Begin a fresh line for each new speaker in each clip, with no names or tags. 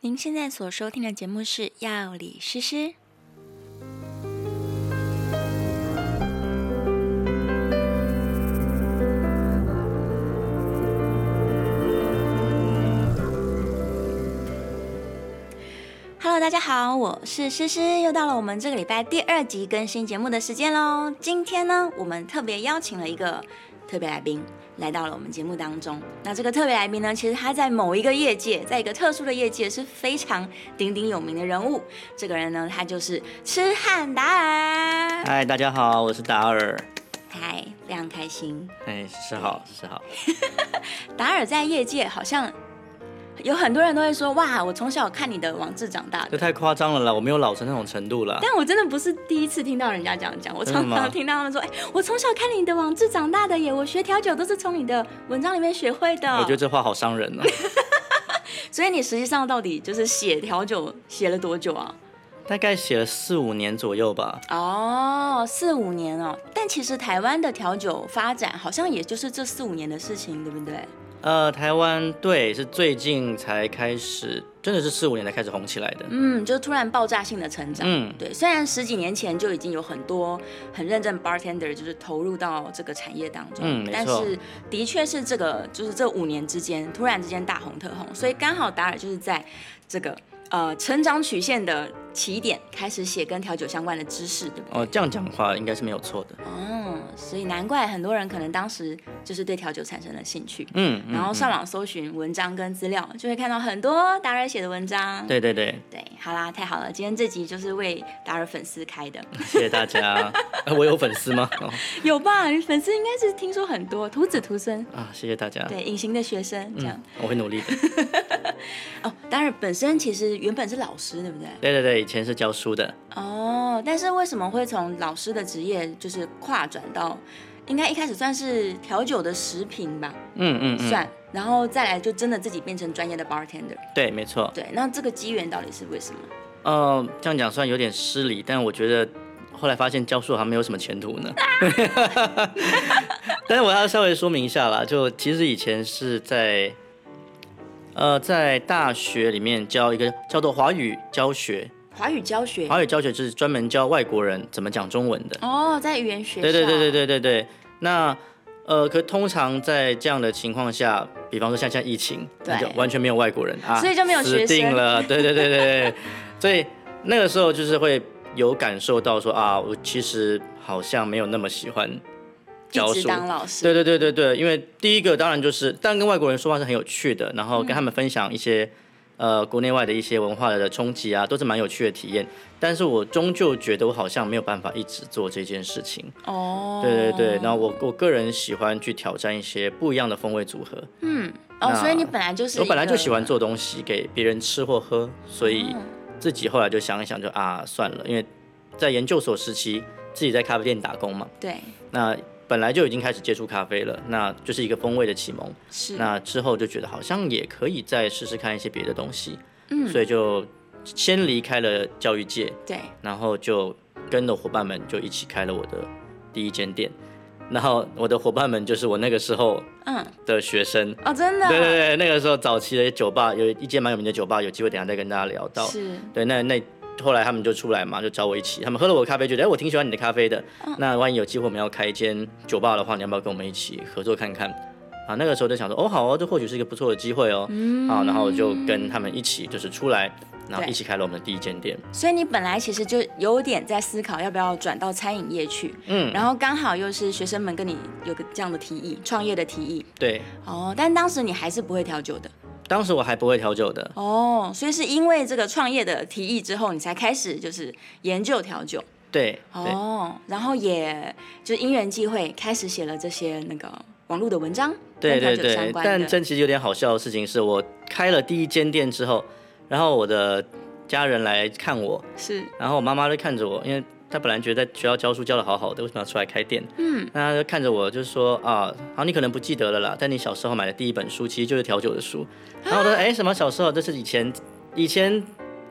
您现在所收听的节目是《药理诗诗》。Hello，大家好，我是诗诗，又到了我们这个礼拜第二集更新节目的时间喽。今天呢，我们特别邀请了一个特别来宾来到了我们节目当中。那这个特别来宾呢，其实他在某一个业界，在一个特殊的业界是非常鼎鼎有名的人物。这个人呢，他就是痴汉达尔。
嗨，大家好，我是达尔。
嗨，非常开心。
哎，是好是好，
达尔在业界好像有很多人都会说，哇，我从小看你的网志长大的
这。太夸张了啦，我没有老成那种程度 啦。
但我真的不是第一次听到人家这样讲，我
真的
常
吗
常听到他们说：“哎、我从小看你的网志长大的耶，我学调酒都是从你的文章里面学会的。”
我觉得这话好伤人哦。
所以你实际上到底就是写调酒写了多久啊？
大概写了四五年左右吧。
哦，四五年哦。但其实台湾的调酒发展好像也就是这四五年的事情，对不对？
呃，台湾对是最近才开始，真的是四五年才开始红起来的。
嗯，就突然爆炸性的成长。
嗯
对，虽然十几年前就已经有很多很认真的 bartender 就是投入到这个产业当中，
嗯没
但
错
是的确是这个就是这五年之间突然之间大红特红，所以刚好达尔就是在这个呃成长曲线的起点开始写跟调酒相关的知识，对不对？
哦，这样讲话应该是没有错的。
哦，所以难怪很多人可能当时就是对调酒产生了兴趣，
嗯，嗯
然后上网搜寻文章跟资料，就会看到很多达尔写的文章。
对对对，
对，好啦，太好了，今天这集就是为达尔粉丝开的，
谢谢 大家。呃我有粉丝吗？哦
有吧？你粉丝应该是听说很多，徒子徒孙，
啊，谢谢大家。
对，隐形的学生这样
嗯。，我会努力的。
哦，达尔本身其实原本是老师，对不对？
对对对，以前是教书的。
哦，但是为什么会从老师的职业就是跨转到，应该一开始算是调酒的食品吧，
嗯嗯嗯，
算，然后再来就真的自己变成专业的 bartender。
对，没错。
对，那这个机缘到底是为什么？
呃，这样讲虽然有点失礼，但我觉得后来发现教书好像没有什么前途呢。 但是我要稍微说明一下啦，就其实以前是在呃在大学里面教一个叫做华语教学，
华语教学。
华语教学就是专门教外国人怎么讲中文的。
哦，在语言学校。
对对对对。对对对。那呃，可通常在这样的情况下，比方说像现在疫情，
对
那就完全没有外国人啊，
所以就没有学生
死定了。对对对对 对，所以那个时候就是会有感受到说啊，我其实好像没有那么喜欢教
一直
书。
当老师。
对对对对对，因为第一个当然就是，当然跟外国人说话是很有趣的，然后跟他
嗯
们分享一些、呃国内外的一些文化的冲击啊，都是蛮有趣的体验。但是我终究觉得我好像没有办法一直做这件事情。
哦。
对对对，然后我我个人喜欢去挑战一些不一样的风味组合。
哦，
那
所以你本来就是
我
一
本来就
个哦
喜欢做东西给别人吃或喝，所以自己后来就想一想就，啊算了，因为在研究所时期自己在咖啡店打工嘛，
对，
那本来就已经开始接触咖啡了，那就是一个风味的启蒙。
是
那之后就觉得好像也可以再试试看一些别的东西，嗯，所以就先离开了教育界，
对，
然后就跟着伙伴们就一起开了我的第一间店。然后我的伙伴们就是我那个时候
嗯，
的学生，
哦，真的，
对对对，那个时候早期的酒吧有一间蛮有名的酒吧，有机会等一下再跟大家聊到。
是
对，那那后来他们就出来嘛，就找我一起，他们喝了我的咖啡，觉得哎，我挺喜欢你的咖啡的。
嗯
那万一有机会我们要开一间酒吧的话，你要不要跟我们一起合作看看？啊，那个时候就想说，哦，好哦，这或许是一个不错的机会哦。啊，然后我就跟他们一起就是出来，然
嗯
后
对
一起开了我们的第一间店。
所以你本来其实就有点在思考要不要转到餐饮业去，嗯，然后刚好又是学生们跟你有个这样的提议，创业的提议，
对，
哦，但当时你还是不会调酒的，
当时我还不会调酒的，
哦，所以是因为这个创业的提议之后，你才开始就是研究调酒，
对对
哦，然后也就因缘际会开始写了这些那个网络的文章，
对
跟
对
调酒相
对。
关
但
的
真其实有点好笑的事情是，我开了第一间店之后，然后我的家人来看我，
是
然后我妈妈就看着我，因为她本来觉得在学校教书教的好好的，为什么要出来开店？嗯，那她就看着我，就说啊，好，你可能不记得了啦，但你小时候买的第一本书其实就是调酒的书。然后我说，哎、什么小时候？这是以前，以前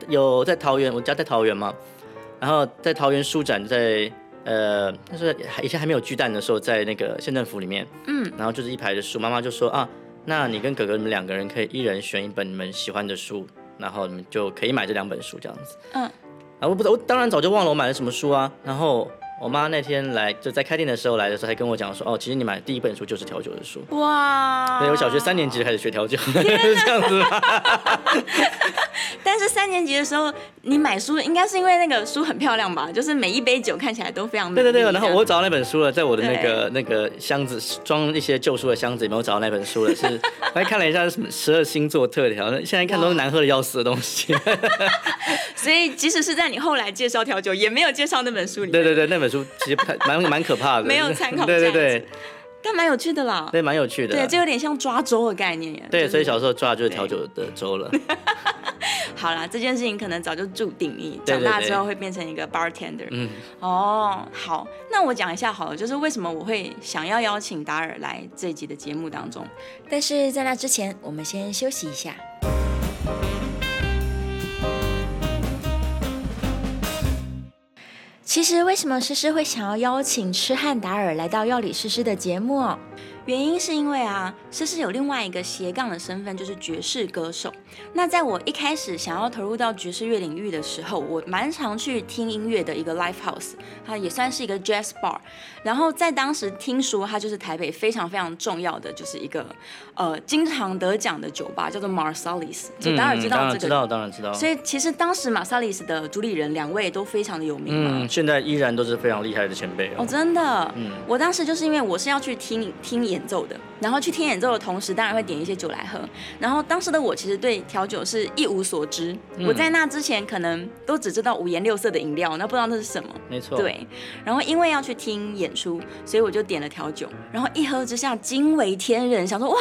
有在桃园，我家在桃园嘛，然后在桃园书展在。呃，那时候还以前还没有巨蛋的时候，在那个县政府里面，嗯，然后就是一排的书，妈妈就说啊，那你跟哥哥你们两个人可以一人选一本你们喜欢的书，然后你们就可以买这两本书这样子。
嗯，
然啊后我不知道，我当然早就忘了我买了什么书啊。然后我妈那天来就在开店的时候来的时候，还跟我讲说，哦，其实你买的第一本书就是调酒的书。
哇！
对，我小学三年级就开始 学调酒，是这样子吗？
但是三年级的时候，你买书应该是因为那个书很漂亮吧？就是每一杯酒看起来都非常美
对
丽
对对，然后我
这样
找到那本书了，在我的那个那个箱子装一些旧书的箱子里面，我找到那本书了，是 我还看了一下是什么十二星座特调，现在看都是难喝的要死的东西。
所以即使是在你后来介绍调酒，也没有介绍那本书里面，
对对对，那本书其实看蛮蛮可怕 的，
没有参考
对对
价
对
值但蛮有趣的啦。
对，蛮有趣的。啊
对，这有点像抓周的概念耶。
对，
就是
所以小时候抓的就是调酒 的粥了。
好啦，这件事情可能早就注定你
对
长大
对
之后会变成一个 bartender。
嗯，
哦，好，那我讲一下好了，就是为什么我会想要邀请达尔来这一集的节目当中。
但是在那之前，我们先休息一下。其实，为什么诗诗会想要邀请痴汉达尔来到药理诗诗的节目哦？
原因是因为啊，诗诗有另外一个斜杠的身份，就是爵士歌手。那在我一开始想要投入到爵士乐领域的时候，我蛮常去听音乐的一个 live house，它也算是一个 jazz bar。然后在当时听说它就是台北非常非常重要的，就是一个呃经常得奖的酒吧，叫做 Marsalis。就大家有知
嗯当
道
然
这
知
个。
道，当然知道。
所以其实当时马萨里斯的主理人两位都非常的有名嘛，
嗯，现在依然都是非常厉害的前辈
哦，
哦。
真的，我当时就是因为我是要去听听演奏的，然后去听演奏的同时，当然会点一些酒来喝。然后当时的我其实对调酒是一无所知，我在那之前可能都只知道五颜六色的饮料，那不知道那是什么。
没错。，
对，然后因为要去听演出，所以我就点了调酒，然后一喝之下惊为天人，想说哇，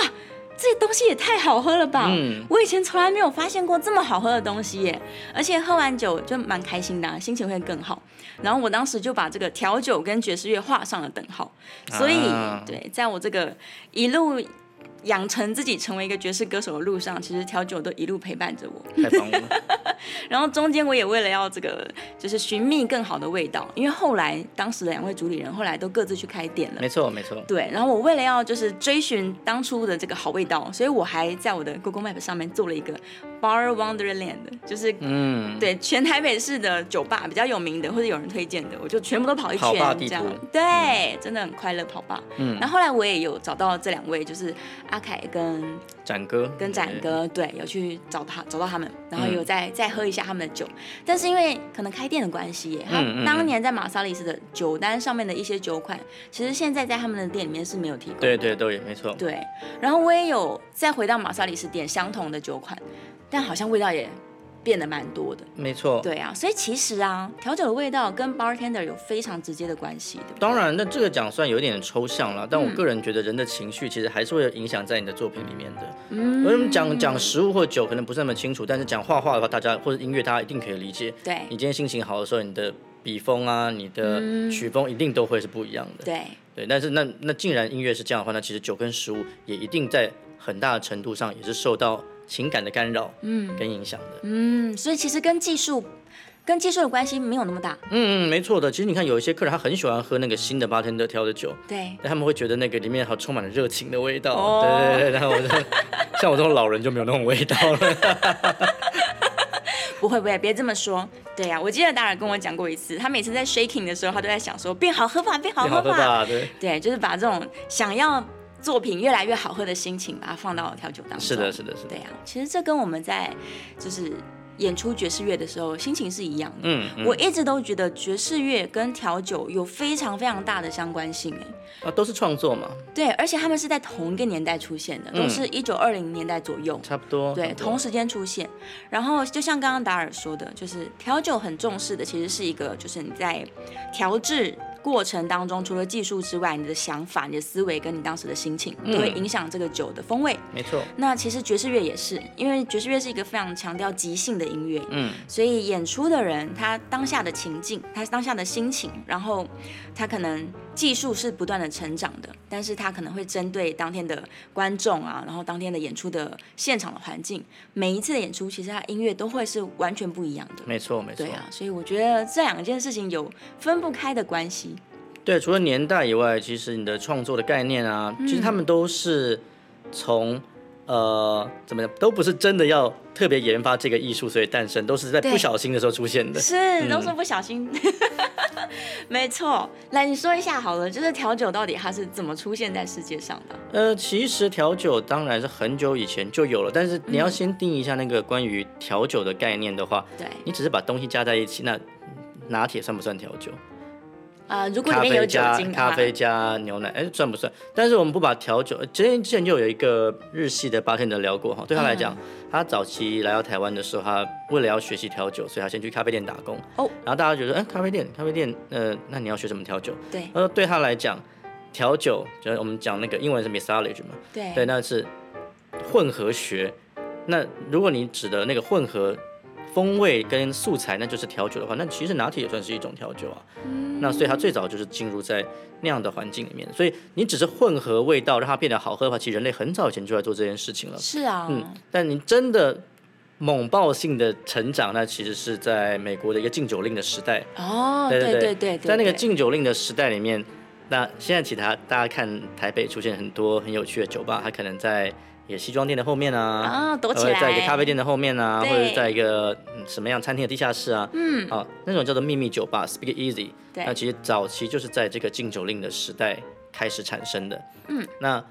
这东西也太好喝了吧！
嗯
我以前从来没有发现过这么好喝的东西耶，而且喝完酒就蛮开心的啊、心情会更好。然后我当时就把这个调酒跟爵士乐画上了等号，所以、
啊
对，在我这个一路。养成自己成为一个爵士歌手的路上，其实调酒都一路陪伴着我。
太棒了。
然后中间我也为了要这个，就是寻觅更好的味道，因为后来当时的两位主理人后来都各自去开店了
没。错，没 错。
对，然后我为了要就是追寻当初的这个好味道，所以我还在我的 Google Map 上面做了一个 Bar Wonderland，就是
嗯，
对全台北市的酒吧比较有名的或者有人推荐的，我就全部都跑一
跑吧
圈
地
这样
图。嗯
对，真的很快乐跑吧。嗯，然后后来我也有找到这两位，就是阿凯跟
展哥
跟展
对嗯
哥对有去找他找到他们，然后有再、再喝一下他们的酒，但是因为可能开店的关系耶，他
嗯嗯
当年在马萨里斯的酒单上面的一些酒款，其实现在在他们的店里面是没有提供的。
对对对，没错。
对，然后我也有再回到马萨里斯点相同的酒款，但好像味道也变得蛮多的。
没错。
对啊，所以其实啊，调酒的味道跟 bartender 有非常直接的关系，对不对？
当然，那这个讲算有点抽象了，但
嗯
我个人觉得人的情绪其实还是会有影响在你的作品里面的。嗯，我们讲讲食物或酒可能不是那么清楚，但是讲画画的话，大家或者音乐，大家一定可以理解。
对
你今天心情好的时候，你的笔锋啊，你
嗯
的曲风一定都会是不一样的。
对，
对，但是那那既然音乐是这样的话，那其实酒跟食物也一定在很大的程度上也是受到情感的干扰，嗯，跟影响的。嗯
嗯，所以其实跟技术跟技术的关系没有那么大。
嗯，没错的。其实你看，有一些客人他很喜欢喝那个新的 bartender 调的酒，
对，
但他们会觉得那个里面好充满了热情的味道。
哦
对对对，然后 我就像我这种老人就没有那种味道了。
不会不会，别这么说。对呀、我记得达尔跟我讲过一次，他每次在 shaking 的时候，他都在想说变好喝吧，变好
你
喝
好
吧。
喝吧？对，
对，就是把这种想要作品越来越好喝的心情，把它放到调酒当中。
是的，是的，是的
对。呀、其实这跟我们在就是演出爵士乐的时候心情是一样的。
嗯，嗯
我一直都觉得爵士乐跟调酒有非常非常大的相关性，哎，
啊，都是创作嘛，
对，而且他们是在同一个年代出现的，都
嗯
是一九二零年代左右。
差不多。
对，
差不多
同时间出现。然后就像刚刚达尔说的，就是调酒很重视的，其实是一个就是你在调制过程当中，除了技术之外，你的想法、你的思维跟你当时的心情，都会
嗯
影响这个酒的风味。
没错。
那其实爵士乐也是，因为爵士乐是一个非常强调即兴的音乐，
嗯，
所以演出的人他当下的情境，他当下的心情，然后他可能技术是不断的成长的，但是他可能会针对当天的观众啊，然后当天的演出的现场的环境，每一次的演出其实他音乐都会是完全不一样的。
没错，没错
对。啊，所以我觉得这两件事情有分不开的关系。
对，除了年代以外，其实你的创作的概念啊，其实他们都是从呃，怎么样，都不是真的要特别研发这个艺术，所以诞生，都是在
对
不小心的时候出现的。
是，都是不小心。 没错，来你说一下好了，就是调酒到底它是怎么出现在世界上的？
呃，其实调酒当然是很久以前就有了，但是你要先定一下那个关于调酒的概念的话，
对，
你只是把东西加在一起，那拿铁算不算调酒？
呃，如果里
咖
面有
啡
酒
加
精的话，
咖啡加牛奶，哎，算不算？但是我们不把调酒，呃之前之前就有一个日系的八天的聊过哈，对他来
嗯
讲，他早期来到台湾的时候，他为了要学习调酒，所以他先去咖啡店打工。
哦，
然后大家觉得，哎，咖啡店，咖啡店，呃，那你要学什么调酒？
对
他说对他来讲，调酒就是我们讲那个英文是 mixology 嘛，
对
对，那是混合学。那如果你指的那个混合风味跟素材，那就是调酒的话，那其实拿铁也算是一种调酒啊。那所以它最早就是进入在那样的环境里面，所以你只是混合味道让它变得好喝的话，其实人类很早以前就在做这件事情了。
是啊，
嗯，但你真的猛爆性的成长，那其实是在美国的一个禁酒令的时代。
哦，
对
对
对
对对，
在那个
对
禁酒令的时代里面，那现在其他大家看台北出现很多很有趣的酒吧，它可能在也西装店的后面啊，
啊躲
或
起
者
来，
在一个咖啡店的后面啊，
对
或者在一个、嗯什么样餐厅的地下室啊，嗯，啊，那种叫做秘密酒吧 （Speak Easy）。
对
那其实早期就是在这个禁酒令的时代开始产生的。嗯，那。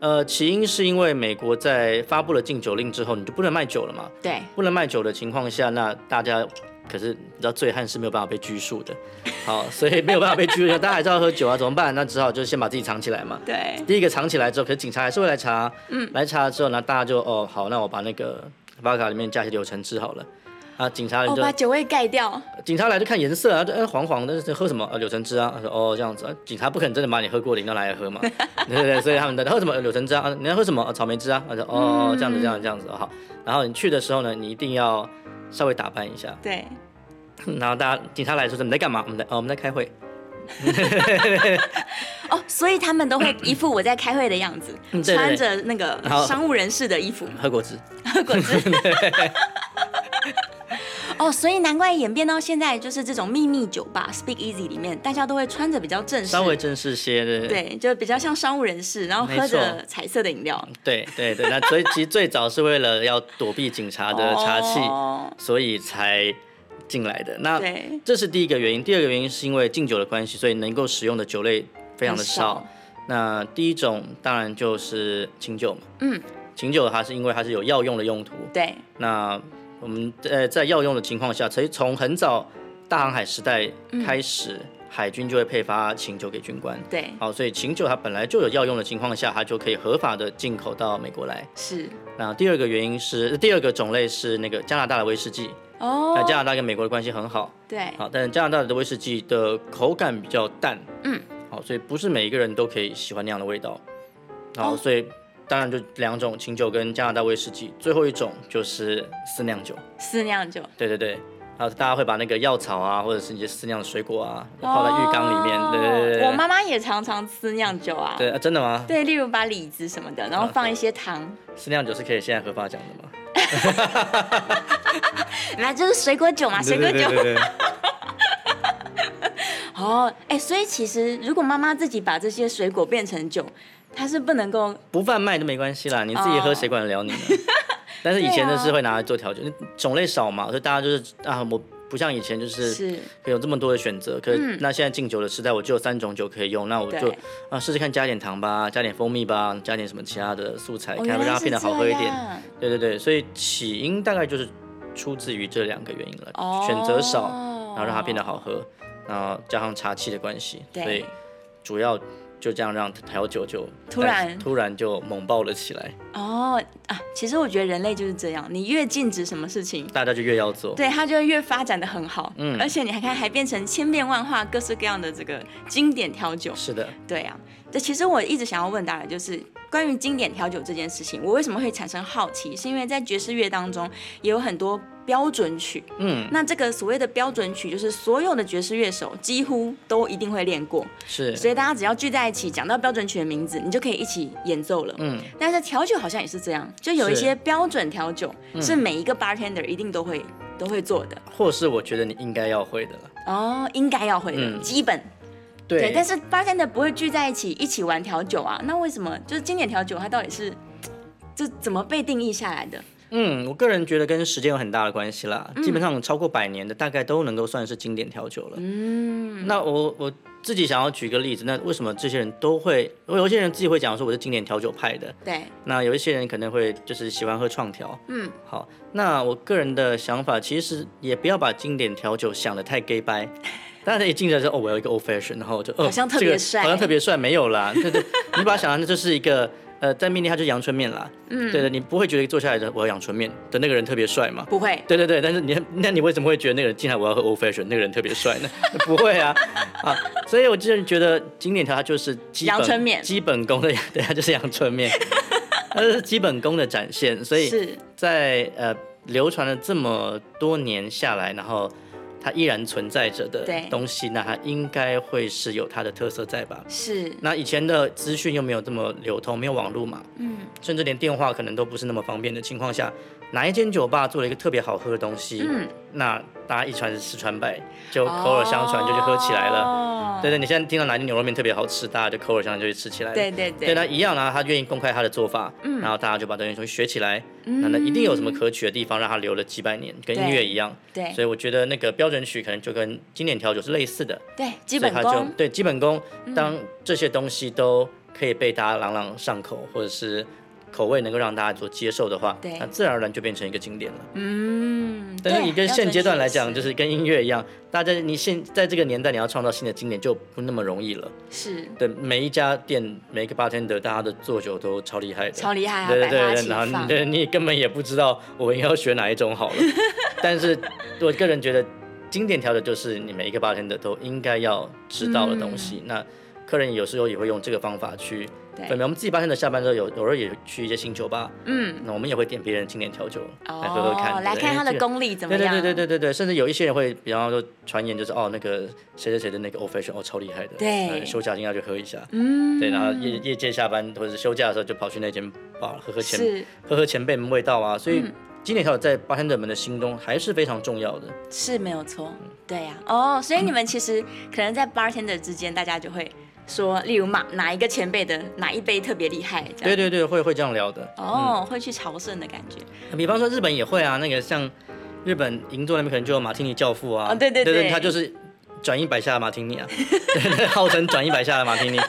呃，起因是因为美国在发布了禁酒令之后，你就不能卖酒了嘛。
对，
不能卖酒的情况下，那大家可是你知道醉汉是没有办法被拘束的，好，所以没有办法被拘束，大家还是要喝酒啊，怎么办？那只好就先把自己藏起来嘛。
对，
第一个藏起来之后，可是警察还是会来查，嗯，来查了之后呢，大家就哦好，那我把那个 v 卡里面加一些柳橙汁好了。啊，警察人
哦，
就、
把酒味盖掉，
警察来就看颜色啊，就哎黄黄的，这喝什么？呃，柳橙汁啊。他说哦这样子、啊，警察不可能真的把你喝过的饮料拿来喝嘛， 对对对，所以他们的喝什么柳橙汁啊啊，你要喝什么、啊草莓汁啊？他说哦这样子这样子这样子、哦、好，然后你去的时候呢，你一定要稍微打扮一下，
对，
然后大家警察来说你们在干嘛？我们在哦我们在开会，
哦，所以他们都会 一副我在开会的样子，
嗯对对
穿
对
着那个
然后
商务人士的衣服，
喝果汁。
喝 果汁。 哦，所以难怪演变到现在，就是这种秘密酒吧 Speak Easy 里面，大家都会穿着比较正式，
稍微正式些的。
对，就比较像商务人士，然后喝着
没错
彩色的饮料
对对对，那所以其实最早是为了要躲避警察的查气，
哦、
所以才进来的。那
对，
这是第一个原因，第二个原因是因为敬酒的关系，所以能够使用的酒类非常的少。
很少
那第一种当然就是清酒嘛，
嗯，
清酒它是因为它是有药用的用途。
对，
那我们呃在药用的情况下，所以从很早大航海时代开始，海军就会配发清酒给军官。
对，
好，所以琴酒它本来就有药用的情况下，它就可以合法的进口到美国来。
是
那第二个原因是，第二个种类是那个加拿大的威士忌。
哦
那，加拿大跟美国的关系很好，
对，
好，但加拿大的威士忌的口感比较淡，
嗯，
好，所以不是每一个人都可以喜欢那样的味道。
哦
好，所以当然就两种琴酒跟加拿大威士忌，最后一种就是私酿酒。
私酿酒，
对对对。然后大家会把那个药草啊，或者是一些私酿的水果啊，泡在浴缸里面。对对对对对。
哦我妈妈也常常私酿酒啊。
对、啊，啊真的吗？
对，例如把李子什么的，然后放一些糖，
私酿酒是可以现在合法讲的吗？
那、就是水果酒嘛，水果酒。
对，
哦，哎、所以其实如果妈妈自己把这些水果变成酒，它是不能够
不贩卖都没关系啦，你自己
哦
喝谁管得 了你呢？但是以前
啊
的是会拿来做调酒，种类少嘛，所以大家就是啊，我不像以前就是
是
有这么多的选择。可是那现在敬酒的时代，我只有三种酒可以用，那我就
嗯对
啊试试看加点糖吧，加点蜂蜜吧，加点什么其他的素材，
哦，
看
原
能哎让
来
它
是这
变得
样。
好喝一点。对对对，所以起因大概就是出自于这两个原因了，
哦
选择少，然后让它变得好喝，然后加上茶气的关系，
对
所以主要就这样让调酒就
突然
突然就猛爆了起来，
哦啊，其实我觉得人类就是这样，你越禁止什么事情，
大家就越要做。
对它就越发展的很好。嗯，
嗯
而且你还看还变成千变万化、各式各样的这个经典调酒。
是的，
对啊，这其实我一直想要问大家，就是关于经典调酒这件事情，我为什么会产生好奇？是因为在爵士乐当中也有很多标准曲，
嗯，
那这个所谓的标准曲，就是所有的爵士乐手几乎都一定会练过，
是，
所以大家只要聚在一起，讲到标准曲的名字，你就可以一起演奏了。
嗯，
但是调酒好像也是这样，就有一
是嗯
些标准调酒是每一个 bartender 一定都会都会做的
或是我觉得你应该要会的了。
哦，应该要会的、
嗯
基本对，但是 bartender 不会聚在一起一起玩调酒啊，那为什么就是经典调酒它到底是这怎么被定义下来的？
嗯，我个人觉得跟时间有很大的关系啦。基本上超过百年的大概都能够算是经典调酒了。嗯，那我我自己想要举个例子，那为什么这些人都会？我有一些人自己会讲说我是经典调酒派的，
对，
那有一些人可能会就是喜欢喝创调。
嗯，
好，那我个人的想法其实也不要把经典调酒想得太 gay 掰。大家一进来就哦，我要一个 old fashion，然后就哦，
好像特
这个
别帅
好像特别帅，没有 啦，对对，你把它想成就是一个呃，在面店它就是阳春面啦，嗯，对的，你不会觉得坐下来的我要阳春面的那个人特别帅嘛？
不会，
对对对，但是你那你为什么会觉得那个人进来我要喝 old fashion，那个人特别帅呢？ 不会啊啊！所以我真的觉得经典调它就是基本
阳春面
基本功的， 对，它就是阳春面，它是基本功的展现。所以
是
在呃流传了这么多年下来，然后它依然存在着的
对
东西，那它应该会是有它的特色在吧？
是，
那以前的资讯又没有这么流通，没有网络嘛，嗯，甚至连电话可能都不是那么方便的情况下，哪一间酒吧做了一个特别好喝的东西，
嗯，
那大家一传十，十传百，就口耳相传就去喝起来了。
了
对对，你现在听到哪间牛肉面特别好吃，大家就口耳相传就去吃起来了。
对对嗯
对，那一样呢，他愿意公开他的做法，然后大家就把这东西学起来，那那一定有什么可取的地方，让他留了几百年，跟音乐一样。
对
所以我觉得那个标准曲可能就跟经典调酒是类似的，
对，基
所以
本
它就
功嗯
对基本功，当这些东西都可以被大家朗朗上口，或者是口味能够让大家所接受的话，
对
那自然而然就变成一个经典了。
嗯，
但是你跟
对
现阶段来讲，
标
就
准
是跟音乐一样，大家你现在这个年代你要创造新的经典就不那么容易了。
是
对，每一家店每一个 bartender，大家的做酒都超厉害的，
超厉害啊，
对对
百花
对，
齐
对然后
放
你，对你根本也不知道我应该要选哪一种好 了。但是我个人觉得，经典调的就是你每一个 bartender 都应该要知道的东西。那客人有时候也会用这个方法去
嗯对
分辨。我们自己 bartender 下班之后有，有偶尔也去一些新酒吧，
嗯，
那我们也会点别人经典调酒来喝喝看，
哦，来
对
看
因
他
为
的
这个
功力怎么
对对
样？啊
对对对对对，甚至有一些人会，比方说传言就是哦，那个谁谁谁的那个 old fashion 哦，超厉害的，
对
呃休假应该去喝一下，
嗯，
对，然后业业界下班或者是休假的时候就跑去那间 bar 喝喝前
是
喝喝前辈们味道啊，所以
嗯
经典调酒在 bartender 们的心中还是非常重要的。
是没有错，
嗯
对呀、哦，所以你们其实可能在 bartender 之间，大家就会说，例如哪哪一个前辈的哪一杯特别厉害，这
对嗯
样。
对对，会会这样聊的。
哦，会去朝圣的感觉，
比方说日本也会啊，那个像日本银座那边可能就有马提尼教父啊，
哦对对
对
对
他就是转一百下的马提尼啊， 对对号称转一百下的 马提尼，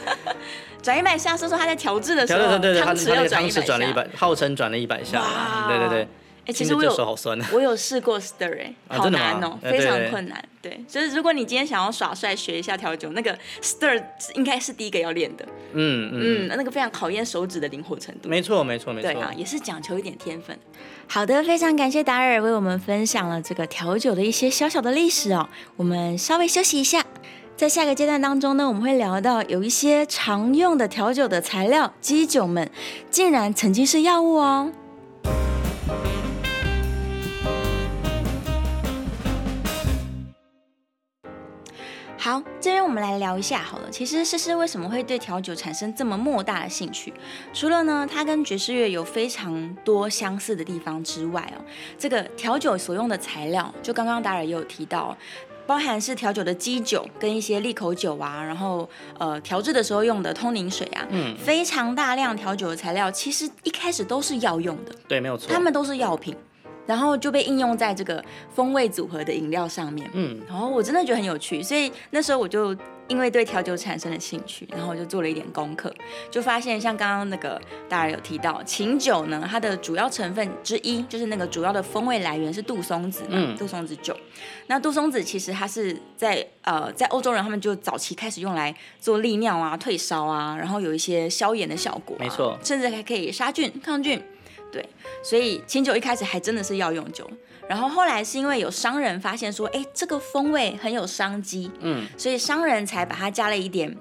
转一百下，说说他在调制的时
对对
候，
对对，他
汤
他
匙
那
又
个
转
汤匙转了一
下。
百，号称转了一百下
哇
啊，对对对，
哎，其
听
实
着
我
就手好
有
酸啊。
我有试过 stir，哎、
啊
好
真的
难
吗
哦、
哎
非
对
常
对
困难。对，就是如果你今天想要耍帅学一下调酒，那个 stir 应该是第一个要练的，
嗯
嗯，
嗯，
那个非常考验手指的灵活程度。
没错没错没
对
错。
啊，也是讲求一点天分。
好的，非常感谢达尔为我们分享了这个调酒的一些小小的历史哦。我们稍微休息一下，在下个阶段当中呢，我们会聊到有一些常用的调酒的材料基酒们，竟然曾经是药物哦。
好，这边我们来聊一下好了。其实诗诗为什么会对调酒产生这么莫大的兴趣？除了呢，它跟爵士乐有非常多相似的地方之外哦，这个调酒所用的材料，就刚刚达尔也有提到。包含是调酒的基酒跟一些利口酒啊，然后呃调制的时候用的通灵水啊，嗯，非常大量调酒的材料，其实一开始都是药用的，
对，没有错。
它们都是药品，然后就被应用在这个风味组合的饮料上面。
嗯，
然后我真的觉得很有趣，所以那时候我就因为对调酒产生了兴趣，然后我就做了一点功课，就发现像刚刚那个大家有提到，琴酒呢，它的主要成分之一就是那个主要的风味来源是杜松子嘛，
嗯
杜松子酒。那杜松子其实它是在呃在欧洲人他们就早期开始用来做利尿啊、退烧啊，然后有一些消炎的效果啊、
没错
甚至还可以杀菌、抗菌。对，所以琴酒一开始还真的是药用酒，然后后来是因为有商人发现说，哎，这个风味很有商机，
嗯，
所以商人才把它加了一点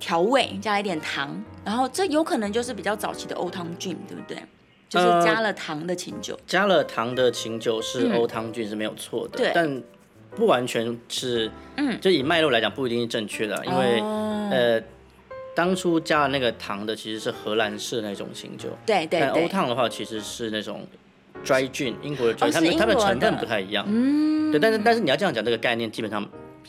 调味，加了一点糖，然后这有可能就是比较早期的欧汤菌，对不对？就是
呃
加了糖的琴酒，
加了糖的琴酒是
嗯
欧汤菌是没有错的，
对
但不完全是，
嗯
就以脉络来讲不一定是正确的，因为、
哦、
呃，当初加的那个糖的其实是荷兰式那种琴酒，
对对
呃但欧
对，
汤的话其实是那种 dry gin，英国的 dry，、
哦是
他们他们
英国
成分
的嗯
不太一样，对，但是但是你要这样讲这个概念，基本上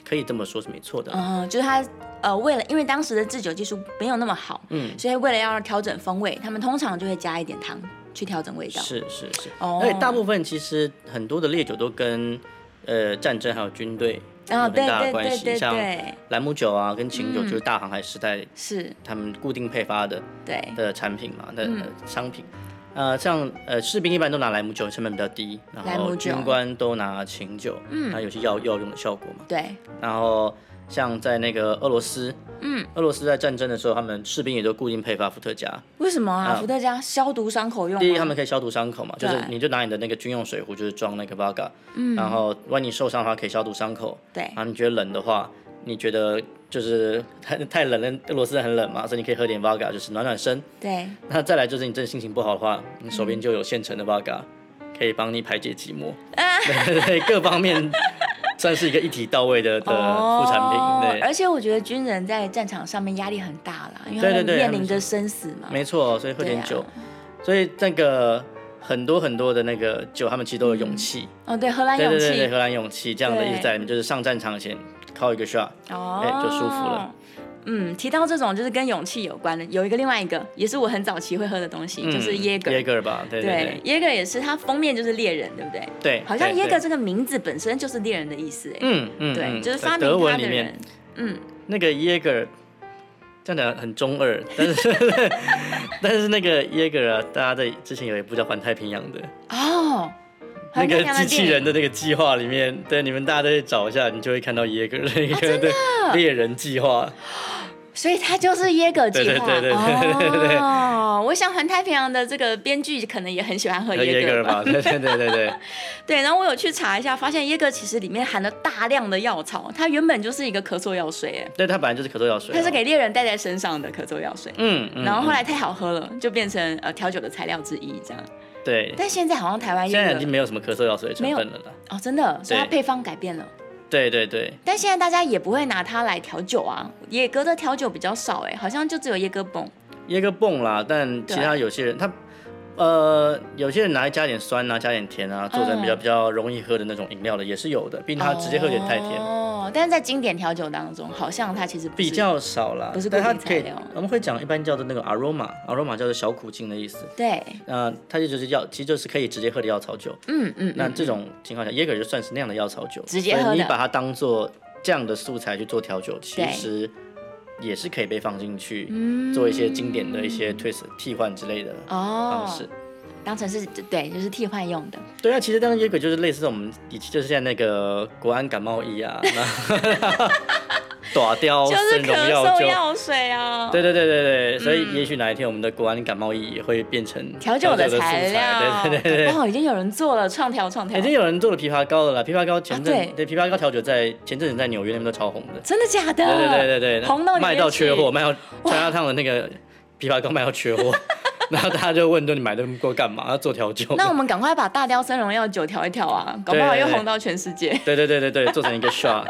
可以这么说是没错的，
嗯，就是它呃为了因为当时的制酒技术没有那么好，
嗯
所以为了要调整风味，他们通常就会加一点糖去调整味道。
是是是，
哦
而且大部分其实很多的烈酒都跟呃战争还有军队有
啊、
很
对
大的
对
关
对
系，
对
像
对，
兰姆酒啊跟琴酒
嗯
就是大航海时代
是，
他们固定配发的
对，
的产品嘛的、
嗯
商品。呃，像呃士兵一般都拿莱姆酒，成本比较低，然
莱姆
后
酒
军官都拿琴酒，嗯，它有些药药用的效果嘛。
对，
然后像在那个俄罗斯，
嗯，
俄罗斯在战争的时候，他们士兵也都固定配发伏特加，
为什么啊？
啊
伏特加消毒伤口用吗？
第一，他们可以消毒伤口嘛，就是
对嗯
你就拿你的那个军用水壶，就是装那个 vodka，、然后万一受伤的话可以消毒伤口，
对
然后你觉得冷的话，你觉得就是太太冷了，俄罗斯很冷嘛，所以你可以喝点 vodka，就是暖暖身。
对，
那再来就是你真的心情不好的话，你手边就有现成的
嗯
vodka，可以帮你排解寂寞，
啊
对对，各方面算是一个一体到位的的副产品，对。
哦而且我觉得军人在战场上面压力很大啦，因为
对
他
对
们
对
面
他们
临
是
着生死嘛。
没错，所以喝点
对啊
酒，所以那个很多很多的那个酒，他们其实都有勇气。
哦，对，荷兰
对
勇
对
气
对对，荷兰勇气这样的意思在里面，就是上战场前靠一个 shot，
哦、
哎就舒服了。
嗯，提到这种就是跟勇气有关的，有一个另外一个也是我很早期会喝的东西，就是
嗯
耶格。
耶格吧，对
对
对，
耶格也是，它封面就是猎人，对不对？
对，
好像
对
耶格
对
这个名字本身就是猎人的意思，哎、
嗯嗯，
对，
嗯
就是
在
发明
德
它
文
的
里
人
面，
嗯，
那个耶格。这样讲很中二，但是 但是那个耶格啊，大家在之前有一部叫《环太平洋》的，
哦，
那
环太
个
平洋的
机器
电影
人的那个计划里面，对你们大家都去找一下，你就会看到耶格 那
哦
个对猎人计划，
所以它就是耶格计
对对
划。
对对对对对对
哦，我想环太平洋的这个编剧可能也很喜欢喝
叫
耶格
格 吧，对对对对对，
对，然后我有去查一下，发现耶格其实里面含了大量的药草，它原本就是一个咳嗽药水，哎，
对它本来就是咳嗽药水嘛，啊
它是给猎人带在身上的咳嗽药水。
嗯，嗯
然后后
嗯
来太好喝了，就变成呃调酒的材料之一这样。
对，
但现在好像台湾
现在
耶
已经
格
没有什么咳嗽药水的成分了啦。
哦，真的，所以它
对
配方改变了。
对对对，
但现在大家也不会拿它来调酒啊，野格的调酒比较少哎，好像就只有耶格泵。
椰个泵啦，但其他有些人他。呃，有些人拿来加点酸啊，加点甜啊，做成比较
嗯
比较容易喝的那种饮料的也是有的，毕竟它直接喝有点太甜，
哦，但是在经典调酒当中，好像它其实不是
比较少啦。
不是固
但
定
它可以
材料，
我们会讲一般叫做那个 aroma，aroma 叫做小苦精的意思。
对，
呃，它就就是药，其实就是可以直接喝的药草酒。
嗯嗯，
那这种情况下，椰格就算是那样的药草酒，
直接喝的
所以你把它当做这样的素材去做调酒，其
对嗯
实也是可以被放进去做一些经典的一些退色替换之类的
哦
方，式。
当成是对，就是替换用的。
对啊，其实当椰格就是类似我们以前就是像那个国安感冒疫 啊，然后 打掉
就是
生
咳
荣
嗽
酒。
药水啊。
对对对对对，所以也许哪一天我们的国安感冒疫也会变成
调酒的
素
材料，
对对对对
哇，已经有人做了创调创调，
已经有人做了枇杷膏了啦，枇杷膏前阵、
啊对
对枇杷膏调酒在前阵子在纽约那边都超红的，
真的假的？
对对对对对，
红到里面
卖到缺
去
货，卖到川家烫的那个枇杷膏卖到缺 货，然后大家就问说你买那么多干嘛？要做调酒？
那我们赶快把大雕森荣耀酒调一调啊，搞不好又红到全世界，
对对对对对，做成一 个 shot，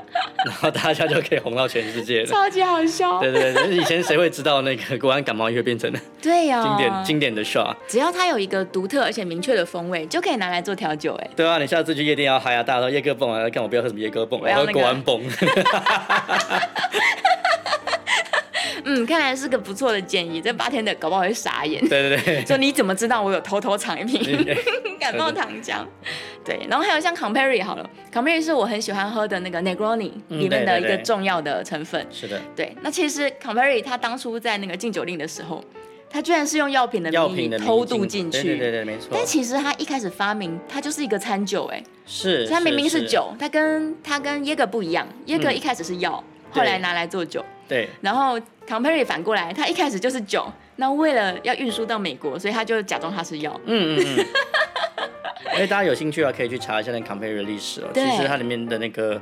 然后大家就可以红到全世界了。
超级好笑。
对对对，就是以前谁会知道那个国安感冒也会变成
对啊呀、
经典、经典的 shot？
只要它有一个独特而且明确的风味，就可以拿来做调酒、哎，
对啊，你下次去夜店要嗨啊，大家说夜哥蹦啊，看我不要喝什么夜哥蹦，
我要
喝
那个
国安蹦。
嗯，看来是个不错的建议，这八天的搞不好会傻眼。
对 对 对。
说你怎么知道我有偷偷藏一 瓶
哎
感冒
真的
糖浆？对，然后还有像 Comperi 好了，Comperi 是我很喜欢喝的那个 Negroni 里面的
对对
一个
对
重要的成分。
是的，
对，那其实 Comperi 他当初在那个禁酒令的时候，他居然是用药品的
药
名义
品的
偷
迷津
渡进去。
对对对对，没错。
但其实他一开始发明，它就是一个餐酒、哎，
是，嗯
它明明是，酒，它跟它跟耶格不一样，耶格一开始是药，后来
对
拿来做酒，
对，
然后 Comperi 反过来，它一开始就是酒，那为了要运输到美国，所以他就假装它是药。
嗯嗯嗯。哎，大家有兴趣啊，可以去查一下那个 compare 的历史哦。其
对
实它里面的那个，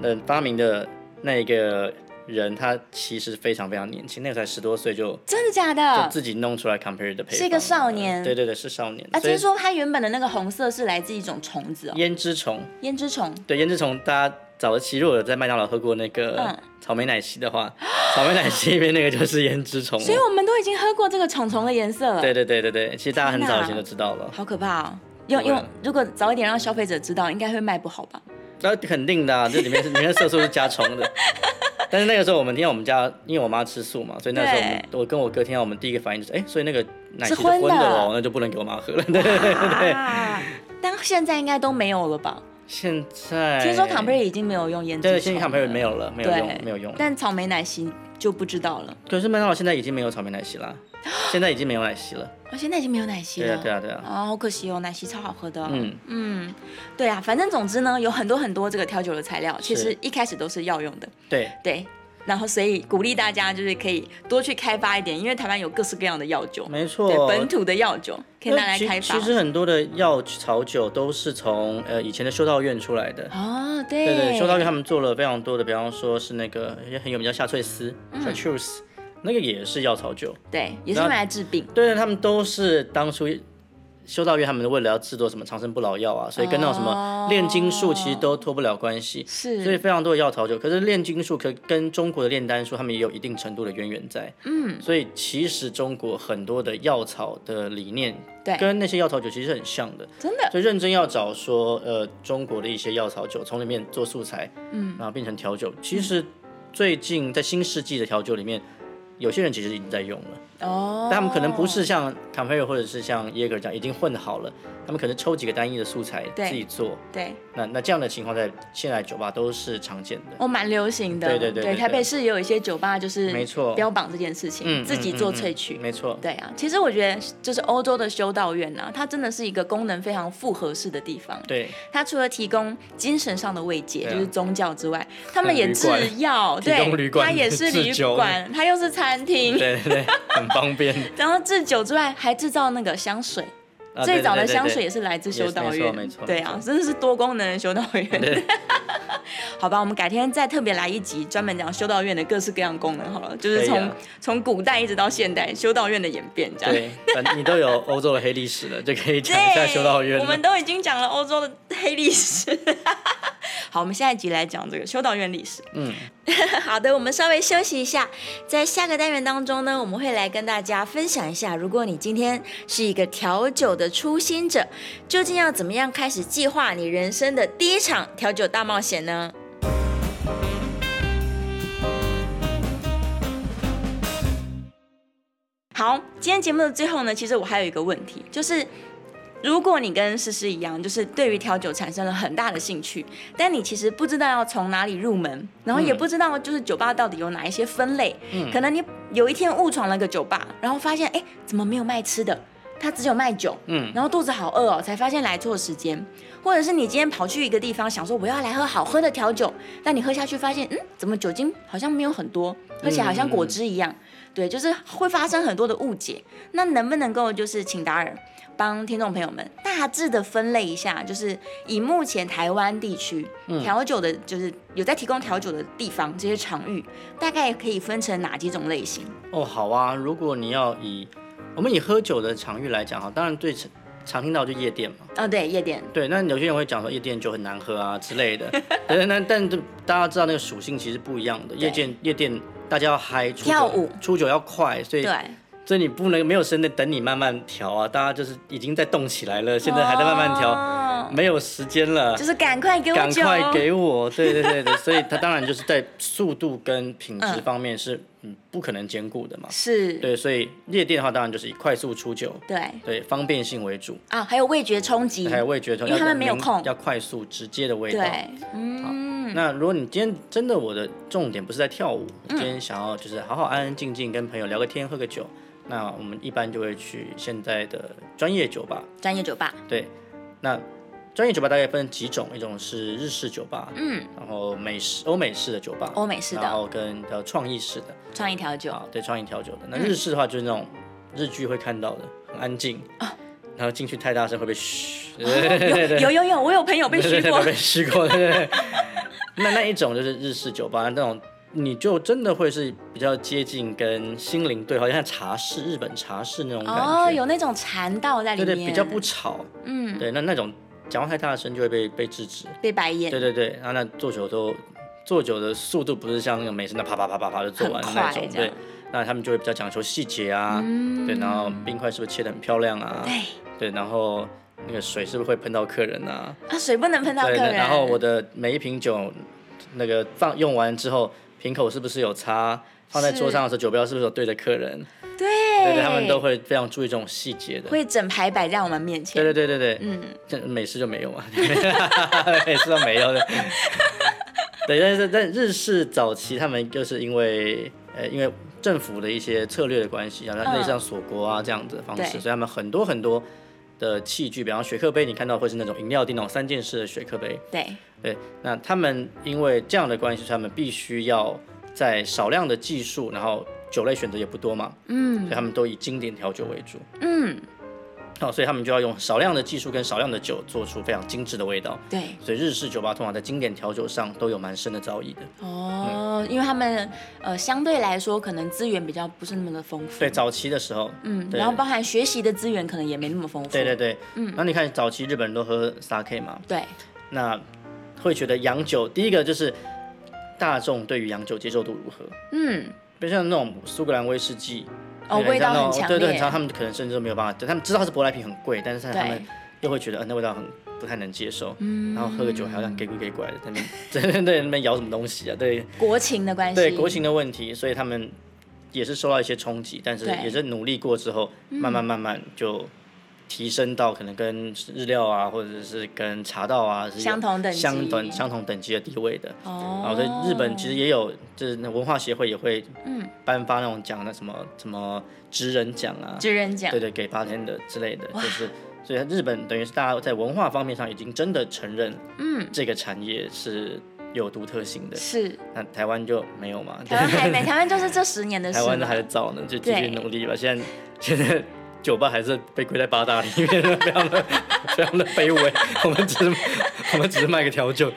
呃，发明的那个人，他其实非常非常年轻，那个才十多岁就
真的假
就
的？
自己弄出来 compare 的配
嗯
方，嗯
是一个少年
对对对，是少年。
啊，
所以
听说它原本的那个红色是来自一种虫子哦，
胭脂虫，
胭脂虫。
对胭脂虫，大家早期如果有在麦当劳喝过那个
嗯
草莓奶昔 的话，草莓奶昔里面那个就是胭脂虫哦。
所以我们都已经喝过这个虫虫的颜色了。
对对对对对，其实大家很
天哪
早以前就知道了。
好可怕哦！用
不会啊
用，如果早一点让消费者知道，应该会卖不好吧？
那肯定的、啊，这里面是里面色素是加虫的，但是那个时候我们听到我们家，因为我妈吃素嘛，所以那时候我们
对
我跟我哥听到，我们第一个反应就是，哎、所以那个奶
是
昔荤
荤
的
的
哦，那就不能给我妈 喝了。 对对对，
啊，
但现在应该都没有了吧？
现在
听说坎贝已经没有用胭脂
哎对，
虫，
现在坎贝没有了，没有
对
用，没有用。
但草莓奶昔就不知道了。
可是麦当劳现在已经没有草莓奶昔啦，现在已经没有奶 昔了。
啊，现在已经没有奶昔
对
了。
啊，对啊，对啊。
啊、好可惜哦，奶昔超好喝的。
嗯，
嗯，对啊，反正总之呢，有很多很多这个调酒的材料，其实一开始都是药用的，
对，
对。然后，所以鼓励大家就是可以多去开发一点，因为台湾有各式各样的药酒，
没错
对。本土的药酒可以拿来
其
开发
其。实很多的药草酒都是从呃以前的修道院出来的。
哦，
对对，修道院
对，
他们做了非常多的，比方说是那个也很有名叫夏翠丝
嗯
c h a t r u s 那个也是药草酒。
对，也是用来治病。
对对，他们都是当初修道院他们为了要制作什么长生不老药啊，所以跟那种什么炼金术其实都脱不了关系。
是
所以非常多的药草酒，可是炼金术可跟中国的炼丹术，他们也有一定程度的渊源在。嗯，所以其实中国很多的药草的理念，
对
跟那些药草酒其实很像的。
真的
所以认真要找说，呃，中国的一些药草酒，从里面做素材，嗯，然后变成调酒。其实最近在新世纪的调酒里面，有些人其实已经在用了，
哦。
但他们可能不是像 c a m p e r 或者是像 Jaeger 这样已经混好了，他们可能抽几个单一的素材
对
自己做。
对，
那那这样的情况在现在酒吧都是常见的。
哦，蛮流行的。
对对对对对
台北市也有一些酒吧就是
没错
标榜这件事情，
嗯，
自己
嗯
做
嗯
萃
嗯
取。
没错。
对啊，其实我觉得就是欧洲的修道院啊，它真的是一个功能非常复合式的地方。
对，
它除了提供精神上的慰藉，
对啊
就是宗教之外，他们也制
还有旅
药，
提供
对
旅，馆
它也是旅
制酒
馆，它又是餐厅，
对对对，很 方便。
然后制酒之外还制造那个香水。
啊
最
对
早
对
的
对
香
对
水也是来自修道
也是没
院，
错没错
对啊，真的是多功能的修道院
对。
好吧，我们改天再特别来一集，专门讲修道院的各式各样功能好了，就
可
是
以
从、
啊
从古代一直到现代修道院的演变这样。
对，反正你都有欧洲的黑历史了，就可以讲一
对，
下修道院
我们
了。
都已经讲了欧洲的黑历史。好，我们下一集来讲这个修道院历史。
嗯，
好的，我们稍微休息一下，在下个单元当中呢，我们会来跟大家分享一下，如果你今天是一个调酒的初心者，究竟要怎么样开始计划你人生的第一场调酒大冒险呢？好，今天节目的最后呢，其实我还有一个问题，就是如果你跟诗诗一样，就是对于调酒产生了很大的兴趣，但你其实不知道要从哪里入门，然后也
嗯
不知道就是酒吧到底有哪一些分类，可能你有一天误闯了个酒吧，然后发现哎，诶怎么没有卖吃的？它只有卖酒，
嗯
然后肚子好饿哦，才发现来错时间。或者是你今天跑去一个地方，想说我要来喝好喝的调酒，但你喝下去发现，嗯，怎么酒精好像没有很多，喝起来好像果汁一样。对，就是会发生很多的误解。那能不能够就是请达尔帮听众朋友们大致的分类一下，就是以目前台湾地区
嗯
调酒的，就是有在提供调酒的地方这些场域，大概可以分成哪几种类型？
哦，好啊，如果你要以我们以喝酒的场域来讲哈，当然最常常听到就夜店嘛。
哦，对，夜店，
对，那有些人会讲说夜店酒很难喝啊之类的，对，那但这大家知道那个属性其实不一样的。夜店夜店大家要嗨，出酒
跳舞
出酒要快，所以
对，
所以你不能没有时间等你慢慢调啊，大家就是已经在动起来了，现在还在慢慢调，
哦
没有时间了
就。是赶快给我
赶
酒，
快给 我，对对对对，所以它当然就是在速度跟品质
嗯
方面是嗯不可能兼顾的嘛。
是，
对，所以夜店的话，当然就是以快速出酒，
对
对方便性为主，
啊，还有味觉冲击，
还有味觉，
因为他们没有
要
空
要快速直接的味道。
对，嗯，
那如果你今天真的我的重点不是在跳舞，今天想要就是好好安安静静跟朋友聊个天、喝个酒，那我们一般就会去现在的专业酒吧。
专业酒吧，
对，那专业酒吧大概分几种，一种是日式酒吧，
嗯，
然后美式、欧美式的酒吧，
欧美式的
然后跟叫创意式的
创意调酒，
啊，对，创意调酒的。
嗯
那日式的话就是那种日剧会看到的，很安静，
啊
然后进去太大声会被 嘘，对对对对对
有有有，我有朋友被
对
虚
对
过
对，被嘘过，对对对。那那一种就是日式酒吧那种。你就真的会是比较接近跟心灵对话，像茶室、日本茶室那种感觉，
哦，有那种禅道在里
对
面，
对，比较不吵，
嗯
对，那那种讲话太大声就会被被制止，
被白眼，
对对对，然后那做酒都做酒的速度不是像那个美式那啪啪啪啪啪就做完的
很快
那种，
这样嗯
对，那他们就会比较讲求细节啊，对，然后冰块是不是切的很漂亮啊，
对
对，然后那个水是不是会喷到客人啊，
啊，水不能碰到客
对，那
人，
然后我的每一瓶酒那个放用完之后。瓶口是不是有擦，放在桌上的时候酒标是不是有对着客人，
对
对对，他们都会非常注意这种细节的。
会整排摆在我们面前。
对对对对对，
嗯，
这美式就没有嘛， 美式都没有的。 对，但是但日式早期他们就是因为呃因为政府的一些策略的关系啊，那类似像锁国啊这样子的方
嗯
式，
对
所以他们很多很多的器具，比方雪克杯，你看到会是那种饮料店那种三件式的雪克杯。
对，
对，那他们因为这样的关系，他们必须要在少量的技术，然后酒类选择也不多嘛，所
嗯
以他们都以经典调酒为主。
嗯，
哦，所以他们就要用少量的技术跟少量的酒做出非常精致的味道。
对
所以日式酒吧通常在经典调酒上都有蛮深的造诣的。
哦，因为他们呃相对来说可能资源比较不是那么的丰富，
对，早期的时候，
嗯，
对
然后包含学习的资源可能也没那么丰富，
对对对，嗯。那你看早期日本人都喝 sake 嘛，
对
那会觉得洋酒，第一个就是大众对于洋酒接受度如何？
嗯，
比如像那种苏格兰威士忌，
哦，
对
味道
像那
很
种
强
对对，很
烈，
长，他们可能甚至都没有办法，他们知道它是舶来品很贵，但是他们
对嗯
又会觉得，嗯、那味道很不太能接受，然后喝个酒还要让给鬼给拐的，在那边 在那边在那边摇什么东西啊？对
国情的关系，
对，国情的问题，所以他们也是受到一些冲击，但是
对嗯
也是努力过之后，慢慢慢慢就提升到可能跟日料啊，或者是跟茶道啊是有
相同等级
相等相同等级的地位的。啊，
哦，
所以日本其实也有，就是那文化协会也会，嗯，颁发那种奖的，什么什么职人奖啊，
知人讲
对对，给八天的之类的，就是，所以日本等于是大家在文化方面上已经真的承认，嗯，这个产业是有独特性的，
是
那台湾就没有嘛，
台湾还没，台湾就是这十年的事
台
嘛，
湾的还在造呢，就继续
对
努力吧，现在现在。酒吧还是被归在八大里面， 非常的非常的卑微。我们只是我们只是卖个调酒，